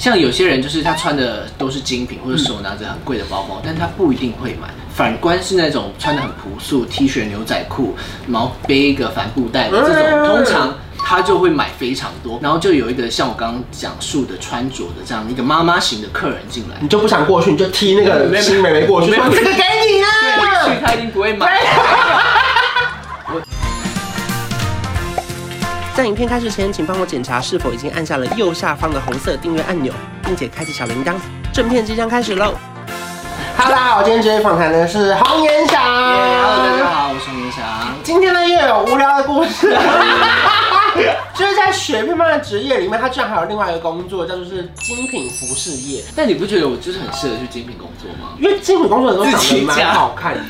像有些人就是他穿的都是精品，或者手拿着很贵的包包，但他不一定会买。反观是那种穿的很朴素，T 恤、牛仔裤，然后背一个帆布袋的这种，通常他就会买非常多。然后就有一个像我刚刚讲述的穿着的这样一个妈妈型的客人进来，你就不想过去，你就踢那个新妹妹过去，嗯没有说没有这个给你啊所以。他一定不会买。在影片开始前，请帮我检查是否已经按下了右下方的红色订阅按钮，并且开启小铃铛。正片即将开始喽！Hello，大家好，我今天直接访谈的是红岩翔。嗯 Hello，大家好，我是明霞。今天呢，又有无聊的故事。 就是在雪片妈的职业里面，她居然还有另外一个工作，叫做是精品服饰业。但你不觉得我就是很适合去精品工作吗？因为精品工作人都长自得己蛮讲好看的，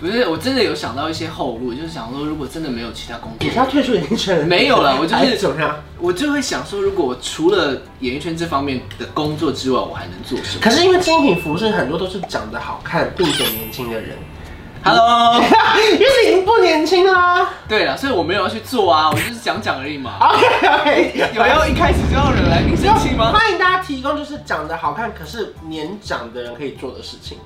不是，我真的有想到一些后路，就是想说，如果真的没有其他工作你，是要退出演艺圈了？没有啦我就是还怎么样？我就会想说，如果我除了演艺圈这方面的工作之外，我还能做什么可是因为精品服饰很多都是长得好看并且年轻的人， ？Hello， 因为你已经不年轻啊啦。对啊了，所以我没有要去做啊，我就是讲讲而已嘛。 OK OK，啊有要一开始就要惹来宾生气吗？欢迎大家提供就是长得好看可是年长的人可以做的事情。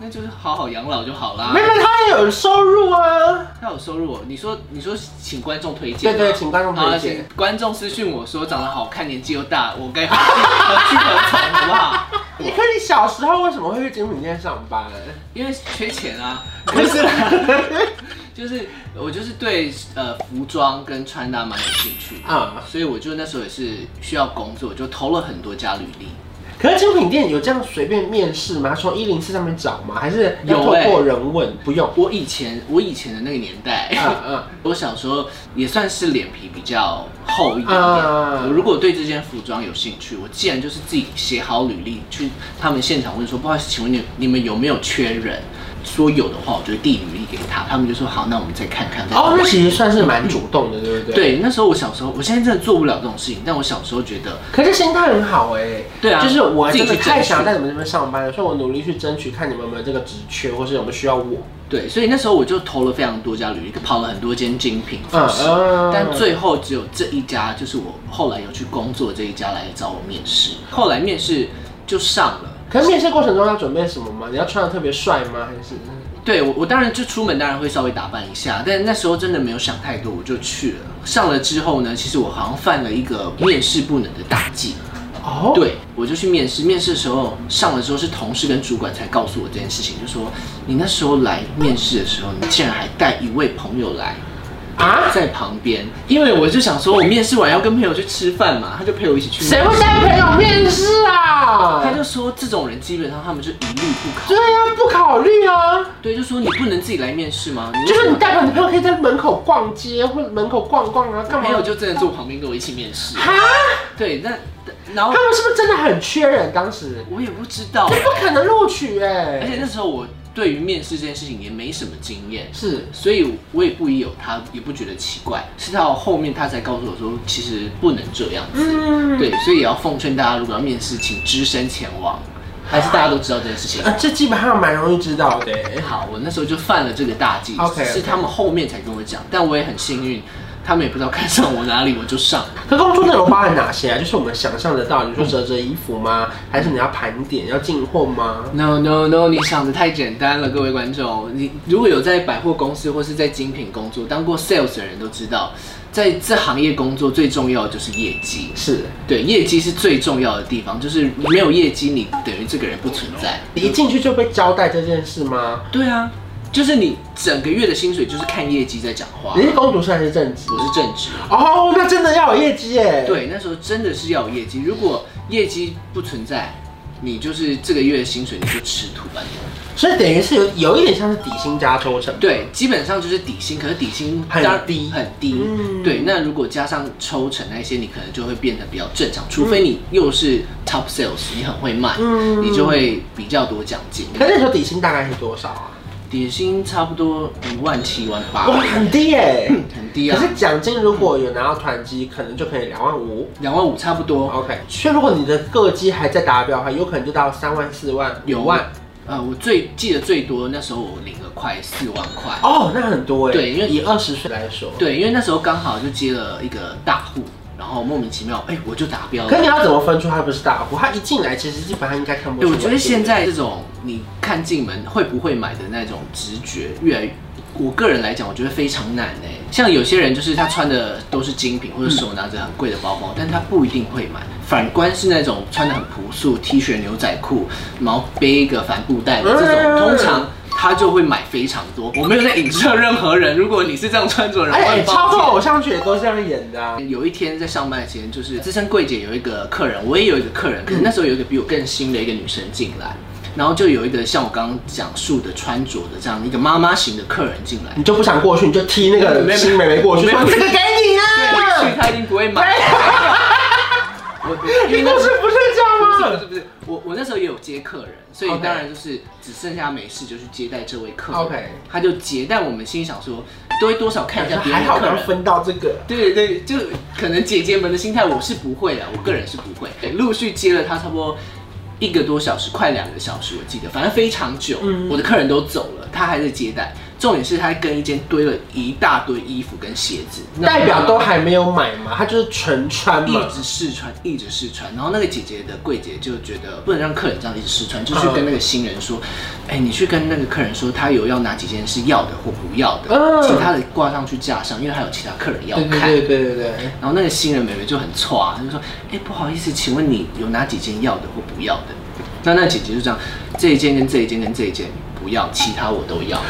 那就是好好养老就好啦没。有，他有收入啊。他有收入哦，你说你说请观众推荐对吗，对，请观众好推了，荐请。观众私讯我说长得好看，年纪又大，我该何去何从，好不 好？你可你小时候为什么会去精品店上班？因为缺钱啊，不是啦， 就是我就是对呃服装跟穿搭蛮有兴趣的，啊、所以我就那时候也是需要工作，就投了很多家履历。可是精品店有这样随便面试吗？从一零四上面找吗？还是要有透欸过人问？不用。我以前我以前的那个年代，嗯 我小时候也算是脸皮比较厚一点点。嗯我如果对这件服装有兴趣，我既然就是自己写好履历去他们现场问说，不好意思，请问你你们有没有缺人？说有的话，我就递履历给他，他们就说好，那我们再看看。嗯。再看哦看，那其实算是蛮主动的，对不对？。对，那时候我小时候，我现在真的做不了这种事情，但我小时候觉得，可是心态很好哎、对啊就是我真自的己去太想争取在你们这边上班了，所以我努力去争取，看你们有没有这个职缺，或是有没有需要我。对，所以那时候我就投了非常多家履历，跑了很多间精品服饰，嗯嗯但最后只有这一家，就是我后来有去工作这一家来找我面试，后来面试就上了。可是面试过程中要准备什么吗？你要穿的特别帅吗？还是？对我，我当然就出门，当然会稍微打扮一下，但那时候真的没有想太多，我就去了。上了之后呢，其实我好像犯了一个面试不能的大忌。哦，对，我就去面试，面试的时候上了之后是同事跟主管才告诉我这件事情，就说你那时候来面试的时候，你竟然还带一位朋友来，啊，在旁边，因为我就想说，我面试完要跟朋友去吃饭嘛，他就陪我一起去。谁会？带朋友面试啊？他就说这种人基本上他们就一律不考对。呀、不考虑啊。对，就说你不能自己来面试吗？你为就什是么你带朋友，你朋友可以在门口逛街，或者门口逛逛啊，干嘛？朋友就真的坐旁边跟我一起面试。哈，对，那然后他们是不是真的很缺人？当时我也不知道这，不可能录取哎、而且那时候我对于面试这件事情也没什么经验，是所以我也不疑有他，也不觉得奇怪。是到后面他才告诉我说，其实不能这样子。嗯对，所以也要奉劝大家，如果要面试，请只身前往。还是大家都知道这件事情。啊，这基本上蛮容易知道的、欸。哎好，我那时候就犯了这个大忌 OK，OK 是他们后面才跟我讲，但我也很幸运，他们也不知道看上我哪里，我就上了。可工作内容包含哪些啊？就是我们想象得到，你说折折衣服吗？还是你要盘点、要进货吗？ No no no，你想的太简单了，各位观众。你如果有在百货公司或是在精品工作当过 sales 的人都知道，在这行业工作最重要的就是业绩。是，对，业绩是最重要的地方，就是没有业绩，你等于这个人不存在。你一进去就被交代这件事吗？对啊，就是你整个月的薪水就是看业绩在讲话你。是工读生还是正职？我是正职。哦，那真的要有业绩耶。，对，那时候真的是要有业绩，如果业绩不存在，你就是这个月的薪水你就吃土吧你。所以等于是有有一点像是底薪加抽成。对，基本上就是底薪，可是底薪很当然低很低。嗯对，那如果加上抽成那些，你可能就会变得比较正常，除非你又是 top sales，你很会卖，嗯你就会比较多奖金。可是那时候底薪大概是多少啊？底薪差不多一万七万八，哇，很低耶、很低可啊，是奖金如果有拿到团积，可能就可以两万五。两万五差不多。 OK，所以如果你的个机还在达标的话，有可能就到三万、四万、有五万。呃，我最记得最多那时候我领了快四万块。哦，那很多哎。对因为以二十岁来说，对，因为那时候刚好就接了一个大户，然后莫名其妙，哎、我就达标可你了。要怎么分出他不是大户？他一进来，其实基本上应该看不对，出来。我觉得现在这种你看进门会不会买的那种直觉，越来越，我个人来讲，我觉得非常难哎、像有些人就是他穿的都是精嗯品，或者手拿着很贵的包包，但他不一定会买。反观是那种穿的很朴素，T 恤、牛仔裤，然后背一个帆布袋的这嗯种，通常。他就会买非常多，我没有在影射任何人。如果你是这样穿着的人，我哎、很抱超多歉偶像剧也都这样演的、啊。有一天在上班的时间，就是资深柜姐有一个客人，我也有一个客人，可是那时候有一个比我更新的一个女生进来，然后就有一个像我刚刚讲述的穿着的这样一个妈妈型的客人进来，你就不想过去，你就踢那个新妹妹过去，没有说没有这个给你对，去啊！她一定不会买。我我因为你那故时事候不是这样不是不吗是不是，我我那时候也有接客人，所以 OK 当然就是只剩下没事就去接待这位客人。 ？OK，他就接，但我们心里想说，都会多少看一下别还人好的客刚人。分到这个。对对，就可能姐姐们的心态，我是不会的，啊我个人是不会。对陆续接了他差不多一个多小时，快两个小时，我记得，反正非常久。嗯我的客人都走了，他还在接待。重点是他跟一间堆了一大堆衣服跟鞋子，那代表都还没有买嘛，他就是纯穿一嘛。直试穿，一直试穿。然后那个姐姐的柜姐就觉得不能让客人这样一直试穿，就去嗯跟那个新人说：“哎、你去跟那个客人说，他有要哪几件是要的或不要的，嗯其他的挂上去架上，因为还有其他客人要对看。对对对对对，然后那个新人妹妹就很错啊，她就说：“哎、不好意思，请问你有哪几件要的或不要的？”那那姐姐就这样，这一件跟这一件跟这一件不要，其他我都要。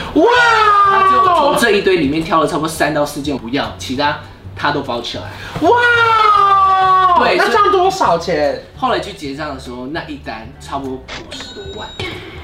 她就从哇这一堆里面挑了差不多三到四件不要，其他她都包起来。哇，对那就这样多少钱？后来去结账的时候，那一单差不多五十多万，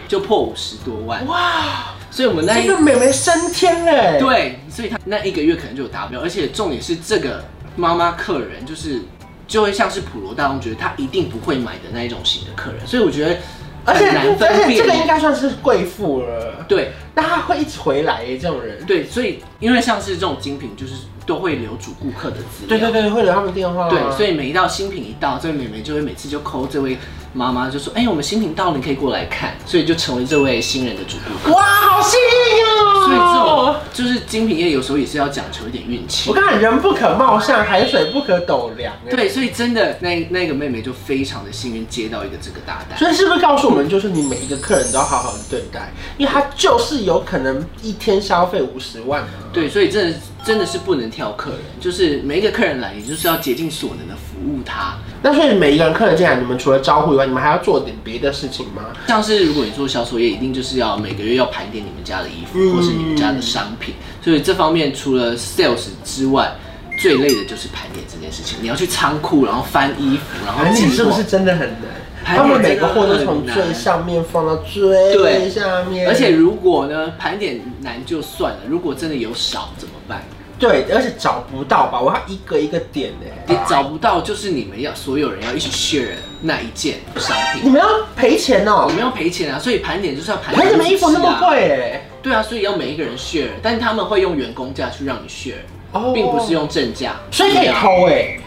就破五十多万。哇，所以我们那这一个美眉升天欸嘞！，对，所以她那一个月可能就有达标，而且重点是这个妈妈客人就是就会像是普罗大众觉得她一定不会买的那一种型的客人，所以我觉得而且很难分而且这个应辨。该算是贵妇了。对但她会一直回来耶，这种人。对，所以因为像是这种精品，就是都会留主顾客的资料。对对对，会留他们电话啊。对，所以每一道新品一到，这位妹妹就会每次就抠这位妈妈，就说：“哎、我们新品到了，你可以过来看。”所以就成为这位新人的主顾客。哇，好幸运哦！所以这种就是精品业有时候也是要讲求一点运气我。看人不可貌相，海水不可斗量。哎，对，所以真的那那个妹妹就非常的幸运接到一个这个大单。所以是不是告诉我们，就是你每一个客人都要好好的对待，因为他就是有可能一天消费五十万啊。对，所以真的真的是不能挑客人，就是每一个客人来，你就是要竭尽所能的服务他。那所以每一个人客人进来，你们除了招呼以外，你们还要做点别的事情吗？像是如果你做销售业，一定就是要每个月要盘点你们家的衣服、嗯或是你们家的商品，所以这方面除了 sales 之外，最累的就是盘点这件事情。你要去仓库，然后翻衣服，然后盘寄点货哎是不是真的很难？盘他点们每个货都真的从很难最上面放到最对下面，而且如果呢盘点难就算了，如果真的有少怎么办？对，而且找不到吧，我要一个一个点呢。你找不到，就是你们要所有人要一起 share 那一件商你品。们要赔钱我哦、们要赔钱啊，所以盘点就是要盘而点。啊且你们衣服那么？贵哎、对啊，所以要每一个人 share，但他们会用员工价去让你 share，、哦并不是用正价。啊所以可以偷哎、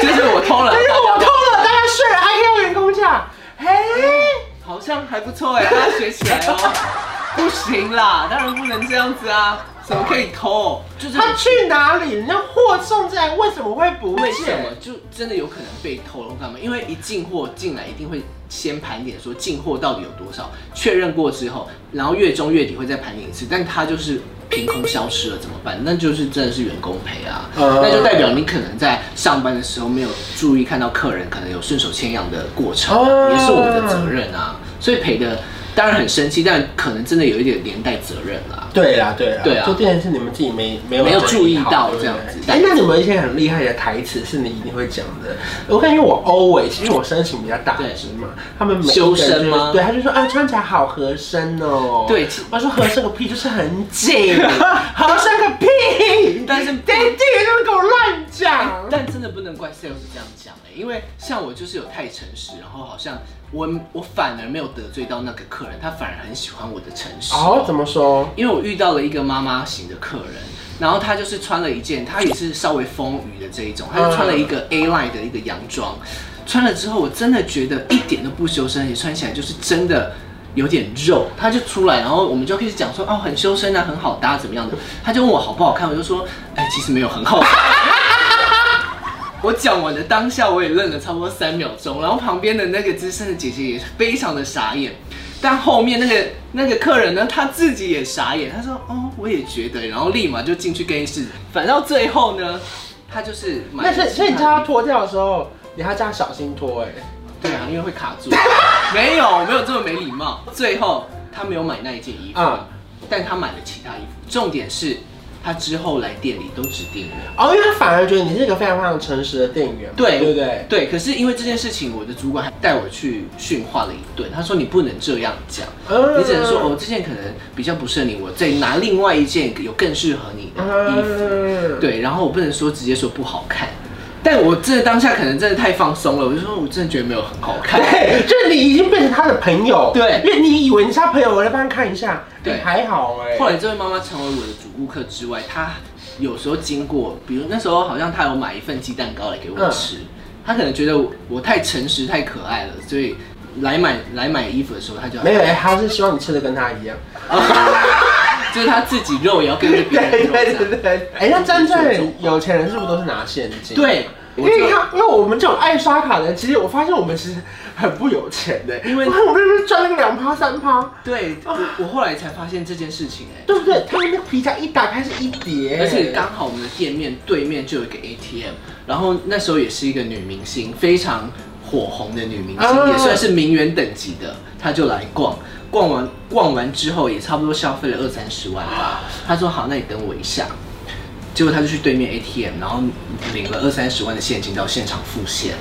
这是我偷了，但是哎大我偷家了，大家睡了还可以要员工价，哎、好像还不错哎，大家学起来 哦。不行啦，当然不能这样子啊，怎么可以偷？就是他去哪里？人家货送进来为什么会不见？为什么就真的有可能被偷了干嘛？因为一进货进来一定会先盘点，说进货到底有多少，确认过之后，然后月中月底会再盘点一次，但它就是凭空消失了，怎么办？ 那就是真的是员工赔啊，嗯那就代表你可能在上班的时候没有注意看到客人可能有顺手牵羊的过程，啊哦也是我们的责任啊，所以赔的当然很生气，但可能真的有一点连带责任啦。对啦，对啦，对啊就变成是你们自己没没有没有注意好到对不对这样子哎、那你们一些很厉害的台词是你一定会讲的。我感觉我 always，因为我身形比较大对只嘛，他们每一个修人身就是吗对，他就说啊，穿起来好合身哦。对其我说合身个屁，就是很 紧，合身个屁。哎但是对对，他们给我乱讲。但真的不能怪 sales 这样讲哎、因为像我就是有太诚实，然后好像我我反而没有得罪到那个客人，他反而很喜欢我的诚实。哦，怎么说？因为我遇到了一个妈妈型的客人，然后她就是穿了一件，她也是稍微丰腴的这一种，她就穿了一个 A line 的一个洋装，穿了之后我真的觉得一点都不修身，也穿起来就是真的。有点肉，她就出来，然后我们就开始讲说，哦，很修身啊，很好搭，怎么样的？她就问我好不好看，我就说，哎、其实没有很好看。我讲完的当下，我也愣了差不多三秒钟，然后旁边的那个资深的姐姐也非常的傻眼，但后面那个那个客人呢，他自己也傻眼，他说：“哦，我也觉得。”然后立马就进去更衣室，反正到最后呢，他就是买那了所以其所以你他叫他的脱掉的时候，你还要这样小心脱哎、对啊，因为会卡住。没有，我没有这么没礼貌。最后他没有买那一件衣服，啊、但他买了其他衣服。重点是他之后来店里都指定我。哦，因为他反而觉得你是一个非常非常诚实的店员嘛，对对不对？对，可是因为这件事情，我的主管还带我去训话了一顿。他说你不能这样讲，嗯你只能说哦，这件可能比较不适合你，我再拿另外一件有更适合你的衣服。嗯， 对，然后我不能说直接说不好看，但我真的当下可能真的太放松了，我就说我真的觉得没有很好看。对，就是你已经变成他的朋友，对因为你以为你是他朋友，我来帮他看一下，对哎还好哎、后来这位妈妈成为我的主顾客之外，她有时候经过，比如那时候好像她有买一份鸡蛋糕来给我吃，她可能觉得我我太诚实太可爱了，所以来买来买衣服的时候，她就要没有，哎他是希望你吃的跟他一 样。就是她自己肉也要跟着别人肉这样。对。哎，那真正有钱人是不是都是拿现 金？，对，我因为就他因为我们这种爱刷卡的人，其实我发现我们其实很不有钱的，因为 我们就是赚那个两趴三趴，对我我后来才发现这件事情哎、对不对？他们那个皮夹一打开是一叠，而且刚好我们的店面对面就有一个 ATM，然后那时候也是一个女明星，非常火红的女明啊星，也算是名媛等级的，她就来逛，逛完逛完之后也差不多消费了二三十万吧。她说好，那你等我一下。结果她就去对面 ATM，然后领了二三十万的现金到现场付现。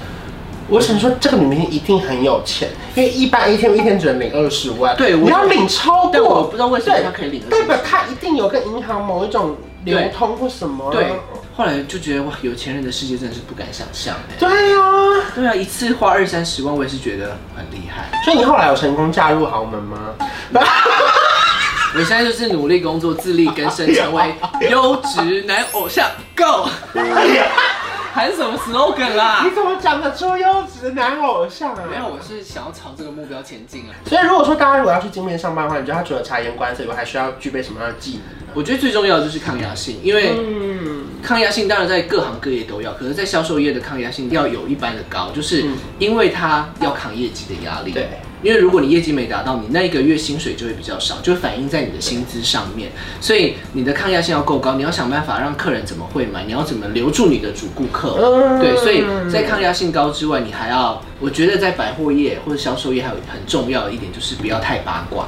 我想说这个女明星一定很有钱，因为一般 ATM 一天只能领二十万，对我你要领超过，但我不知道为什么对她可以领20代表她一定有跟银行某一种流通或什么，对，后来就觉得哇，有钱人的世界真的是不敢想象的。对呀、对啊，一次花二三十万，我也是觉得很厉害。所以你后来有成功嫁入豪门吗？ 我现在就是努力工作，自力更生，成为优质男偶像。Go！喊什么 slogan 啦你？怎么讲得出优质男偶像啊？没有，我是想要朝这个目标前进啊。所以如果说大家如果要去金面上班的话，你觉得他除了察言观色以外，还需要具备什么样的技能？我觉得最重要的就是抗压性，因为嗯，抗压性当然在各行各业都要，可是，在销售业的抗压性要有一般的高，就是因为它要扛业绩的压力。嗯对。因为如果你业绩没达到，你那一个月薪水就会比较少，就会反映在你的薪资上面。所以你的抗压性要够高，你要想办法让客人怎么会买，你要怎么留住你的主顾客。嗯对，所以在抗压性高之外，你还要，我觉得在百货业或者销售业还有很重要的一点就是不要太八卦，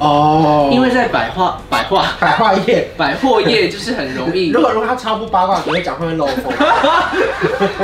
哦，因为在百货百货百花业，百货业就是很容 易如果如果他超不八卦，只会讲会 漏风。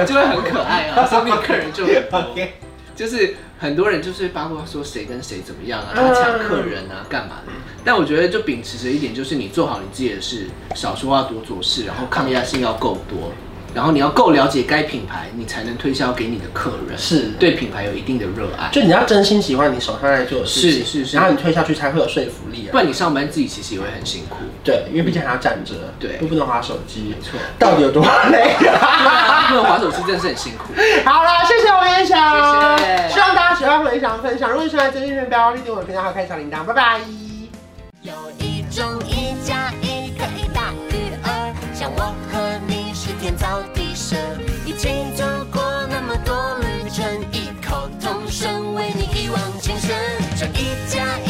就会很可爱啊，说明客人就很多。 OK 就是很多人就是八卦说谁跟谁怎么样啊，他抢客人啊，干嘛的？但我觉得就秉持着一点，就是你做好你自己的事，少说话多做事，然后抗压性要够多，然后你要够了解该品牌，你才能推销给你的客人，是对品牌有一定的热爱。就你要真心喜欢你手上在做的事是情，是是然后你推下去才会有说服力不啊。然你上班自己其实也会很辛苦。对，因为毕竟还要站着，对又不能滑手机，错到底有多累啊？那滑手机真的是很辛苦。 好了，谢谢我们翔，谢谢希望大家喜欢我们翔分享。如果你喜欢这期节目，不要忘记订阅我的频道，还有开小铃铛，拜拜。有一种一加一可以大于二，像我和你是天造地设，一起走过那么多旅程，异口同声为你一往情深。这一加一